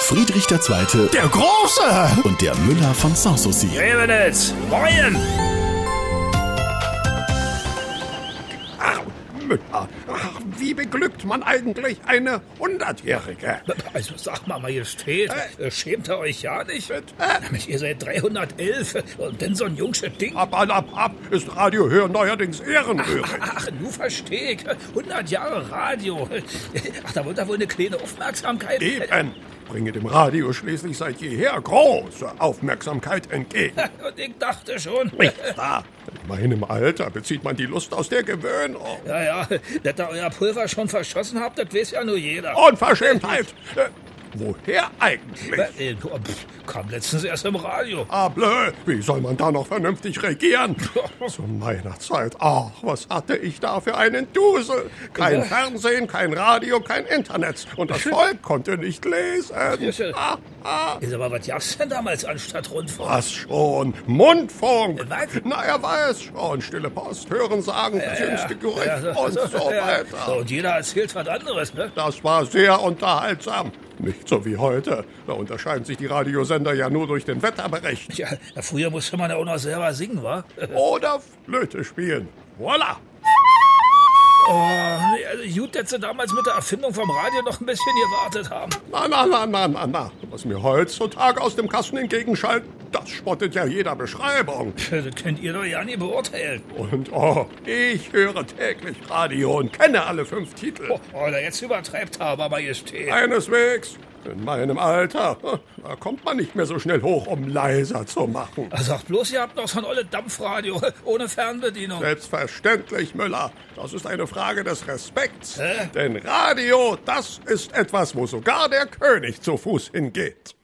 Friedrich II. Der Große! und der Müller von Sanssouci. Revenitz! Moin! Ach, Müller, ach, wie beglückt man eigentlich eine Hundertjährige? Also sag mal, Majestät, äh, schämt ihr euch ja nicht? Bitte? Nämlich, ihr seid 311 und dann so ein jungsches Ding. Ab, an, ab, ab, ist Radio Hör neuerdings ehrenrührig. Ach, nu versteh ich. 100 Jahre Radio. Ach, da wollt ihr wohl eine kleine Aufmerksamkeit. Eben bringe dem Radio schließlich seit jeher große Aufmerksamkeit entgegen. Und ich dachte schon. Da, in meinem Alter bezieht man die Lust aus der Gewöhnung. Ja, ja, dass ihr euer Pulver schon verschossen habt, das weiß ja nur jeder. Unverschämtheit! Äh, woher eigentlich? Äh, pff, kam letztens erst im Radio. Ah, blö, wie soll man da noch vernünftig regieren? Zu meiner Zeit, ach, was hatte ich da für einen Dusel? Kein Fernsehen, kein Radio, kein Internet. Und das Volk konnte nicht lesen. Ah, ah. Ist aber, was gab's denn damals anstatt Rundfunk? Was schon? Mundfunk! Was? Na, er weiß schon. Stille Post, Hören, Sagen, jüngste Gerücht und so Ja, weiter. und jeder erzählt was anderes, ne? Das war sehr unterhaltsam. Nicht so wie heute. Da unterscheiden sich die Radiosender ja nur durch den Wetterbericht. Tja, ja, früher musste man ja auch noch selber singen, wa? Oder Flöte spielen. Voila! Oh, nee, also gut, dass sie damals mit der Erfindung vom Radio noch ein bisschen gewartet haben. Na, na, na, na, na, na. Was mir heutzutage aus dem Kasten entgegenschallt, das spottet ja jeder Beschreibung. Tja, Das könnt ihr doch ja nicht beurteilen. Und oh, ich höre täglich Radio und kenne alle fünf Titel. Oh, Alter, jetzt übertreibt aber Majestät. Eineswegs. In meinem Alter, da kommt man nicht mehr so schnell hoch, um leiser zu machen. Also, Sagt bloß, ihr habt noch so ein olles Dampfradio ohne Fernbedienung. Selbstverständlich, Müller. Das ist eine Frage des Respekts. Denn Radio, das ist etwas, wo sogar der König zu Fuß hingeht.